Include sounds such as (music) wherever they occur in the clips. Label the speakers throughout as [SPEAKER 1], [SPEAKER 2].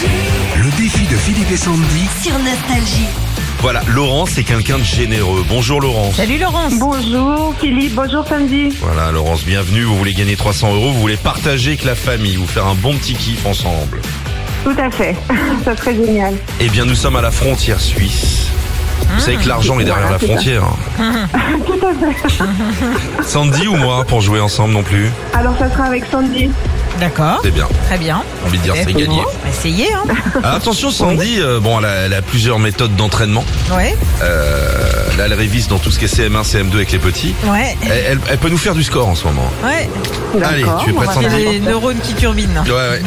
[SPEAKER 1] Le défi de Philippe et Sandy.
[SPEAKER 2] sur Nostalgie.
[SPEAKER 3] Voilà, Laurent, c'est quelqu'un de généreux. Bonjour Laurence.
[SPEAKER 4] Salut Laurence
[SPEAKER 5] Bonjour Philippe, bonjour Sandy.
[SPEAKER 3] Voilà, Laurence, bienvenue. Vous voulez gagner 300 euros, vous voulez partager avec la famille, vous faire un bon petit kiff ensemble.
[SPEAKER 5] Tout à fait, (laughs) ça serait génial. (laughs)
[SPEAKER 3] Eh bien, nous sommes à la frontière suisse. Vous savez que l'argent est derrière la
[SPEAKER 5] Voilà, c'est ça.
[SPEAKER 3] frontière.
[SPEAKER 5] Tout à fait.
[SPEAKER 3] Sandy ou moi pour jouer ensemble non plus
[SPEAKER 5] Alors ça sera avec Sandy.
[SPEAKER 4] D'accord,
[SPEAKER 3] C'est bien,
[SPEAKER 4] très bien.
[SPEAKER 3] envie de dire,
[SPEAKER 4] Eh,
[SPEAKER 3] c'est
[SPEAKER 4] pour
[SPEAKER 3] gagné.
[SPEAKER 4] moi, on va Essayer, hein
[SPEAKER 3] Ah, attention, Sandy, euh, bon, elle a, elle a plusieurs méthodes d'entraînement.
[SPEAKER 4] Ouais,
[SPEAKER 3] Euh, là, elle révise dans tout ce qui est CM1, CM2 avec les petits.
[SPEAKER 4] ouais,
[SPEAKER 3] Elle, elle- elle peut nous faire du score en ce moment.
[SPEAKER 4] ouais.
[SPEAKER 3] Allez,
[SPEAKER 5] D'accord,
[SPEAKER 3] tu es
[SPEAKER 5] on va
[SPEAKER 3] prête,
[SPEAKER 4] Il y a
[SPEAKER 3] Sandy
[SPEAKER 4] des neurones qui turbinent.
[SPEAKER 3] Ouais, ouais.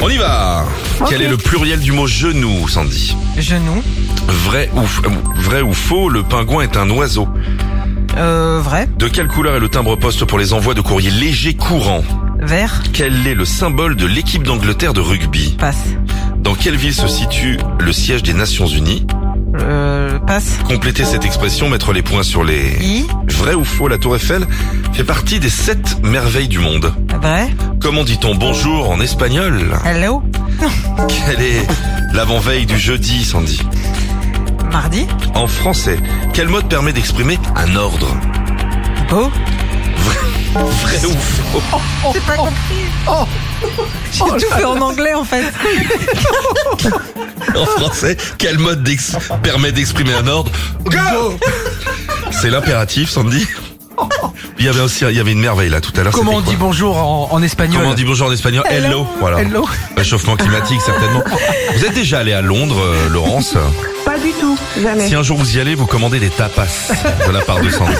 [SPEAKER 3] On y va Quel
[SPEAKER 5] Ok.
[SPEAKER 3] est le pluriel du mot genou, Sandy
[SPEAKER 4] Genoux.
[SPEAKER 3] Vrai ou, f- euh, vrai ou faux, le pingouin est un oiseau.
[SPEAKER 4] Euh, vrai.
[SPEAKER 3] De quelle couleur est le timbre poste pour les envois de courrier léger courant
[SPEAKER 4] Vert.
[SPEAKER 3] Quel est le symbole de l'équipe d'Angleterre de rugby
[SPEAKER 4] Passe.
[SPEAKER 3] Dans quelle ville se situe le siège des Nations Unies
[SPEAKER 4] Euh, passe.
[SPEAKER 3] Complétez cette expression, mettre les points sur les...
[SPEAKER 4] I.
[SPEAKER 3] Vrai ou faux, la tour Eiffel fait partie des sept merveilles du monde.
[SPEAKER 4] Vrai.
[SPEAKER 3] Comment dit-on bonjour en espagnol
[SPEAKER 4] Hello.
[SPEAKER 3] Quelle est l'avant-veille du jeudi, Sandy
[SPEAKER 4] Mardi.
[SPEAKER 3] En français, quel mode permet d'exprimer un ordre
[SPEAKER 4] Beau.
[SPEAKER 3] Vrai ou faux
[SPEAKER 4] J'ai
[SPEAKER 3] oh,
[SPEAKER 4] pas compris. J'ai tout fait en anglais en fait.
[SPEAKER 3] En français, quel mode d'ex- permet d'exprimer un ordre Go C'est l'impératif, Sandy. Il y avait aussi, il y avait une merveille là tout à l'heure.
[SPEAKER 6] Comment on
[SPEAKER 3] c'était
[SPEAKER 6] dit
[SPEAKER 3] quoi
[SPEAKER 6] bonjour en, en espagnol
[SPEAKER 3] Comment on dit bonjour en espagnol Hello, voilà.
[SPEAKER 6] Hello.
[SPEAKER 3] Réchauffement climatique certainement. Vous êtes déjà allé à Londres, euh, Laurence
[SPEAKER 5] Pas du tout, jamais.
[SPEAKER 3] Si un jour vous y allez, vous commandez des tapas de la part de Sandy.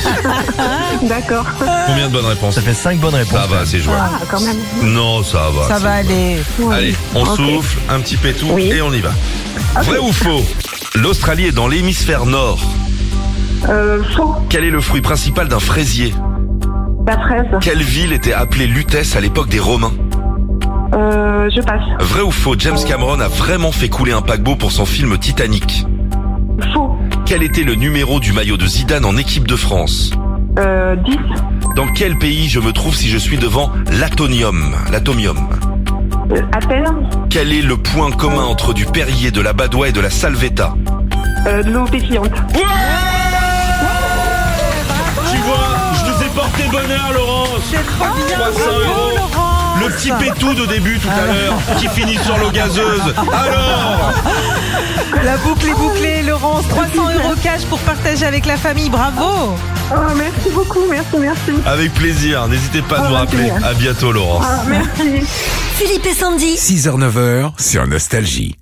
[SPEAKER 5] (laughs) D'accord.
[SPEAKER 3] Combien de bonnes réponses
[SPEAKER 6] Ça fait 5 bonnes réponses.
[SPEAKER 3] Ça va, c'est jouable.
[SPEAKER 5] Ah, quand même.
[SPEAKER 3] Non, ça va.
[SPEAKER 4] Ça
[SPEAKER 3] c'est
[SPEAKER 4] va
[SPEAKER 3] jouable.
[SPEAKER 4] aller.
[SPEAKER 5] Ouais.
[SPEAKER 3] Allez, on
[SPEAKER 5] Ok.
[SPEAKER 3] souffle, un petit pétou
[SPEAKER 5] Oui.
[SPEAKER 3] et on y va. Vrai ou faux L'Australie est dans l'hémisphère nord.
[SPEAKER 5] Euh, faux,
[SPEAKER 3] Quel est le fruit principal d'un fraisier
[SPEAKER 5] la fraise.
[SPEAKER 3] Quelle ville était appelée Lutèce à l'époque des Romains
[SPEAKER 5] Euh, je passe.
[SPEAKER 3] Vrai ou faux James Cameron a vraiment fait couler un paquebot pour son film Titanic.
[SPEAKER 5] Faux.
[SPEAKER 3] Quel était le numéro du maillot de Zidane en équipe de France
[SPEAKER 5] Euh, 10.
[SPEAKER 3] Dans quel pays je me trouve si je suis devant l'atonium L'atomium.
[SPEAKER 5] Euh, Athènes.
[SPEAKER 3] Quel est le point commun entre du Perrier, de la Badois et de la Salvetta
[SPEAKER 5] Euh, de l'eau pétillante.
[SPEAKER 7] Tu vois, je nous ai porté bonheur, Laurence.
[SPEAKER 4] C'est trop bien.
[SPEAKER 7] 300
[SPEAKER 4] Bravo
[SPEAKER 7] euros.
[SPEAKER 4] Laurence. Ah.
[SPEAKER 7] Le petit pétou de début tout à l'heure, qui finit sur l'eau gazeuse. Alors
[SPEAKER 4] La boucle
[SPEAKER 3] Ah.
[SPEAKER 4] est bouclée, Laurence. 300 euros cash pour partager avec la famille. Bravo.
[SPEAKER 5] Oh, merci beaucoup, merci, merci.
[SPEAKER 3] Avec plaisir, n'hésitez pas à
[SPEAKER 4] Oh,
[SPEAKER 3] nous
[SPEAKER 5] Ah,
[SPEAKER 3] rappeler.
[SPEAKER 5] génial.
[SPEAKER 3] À bientôt, Laurence.
[SPEAKER 5] Ah, merci.
[SPEAKER 2] Philippe et Sandy.
[SPEAKER 1] 6h-9h sur Nostalgie.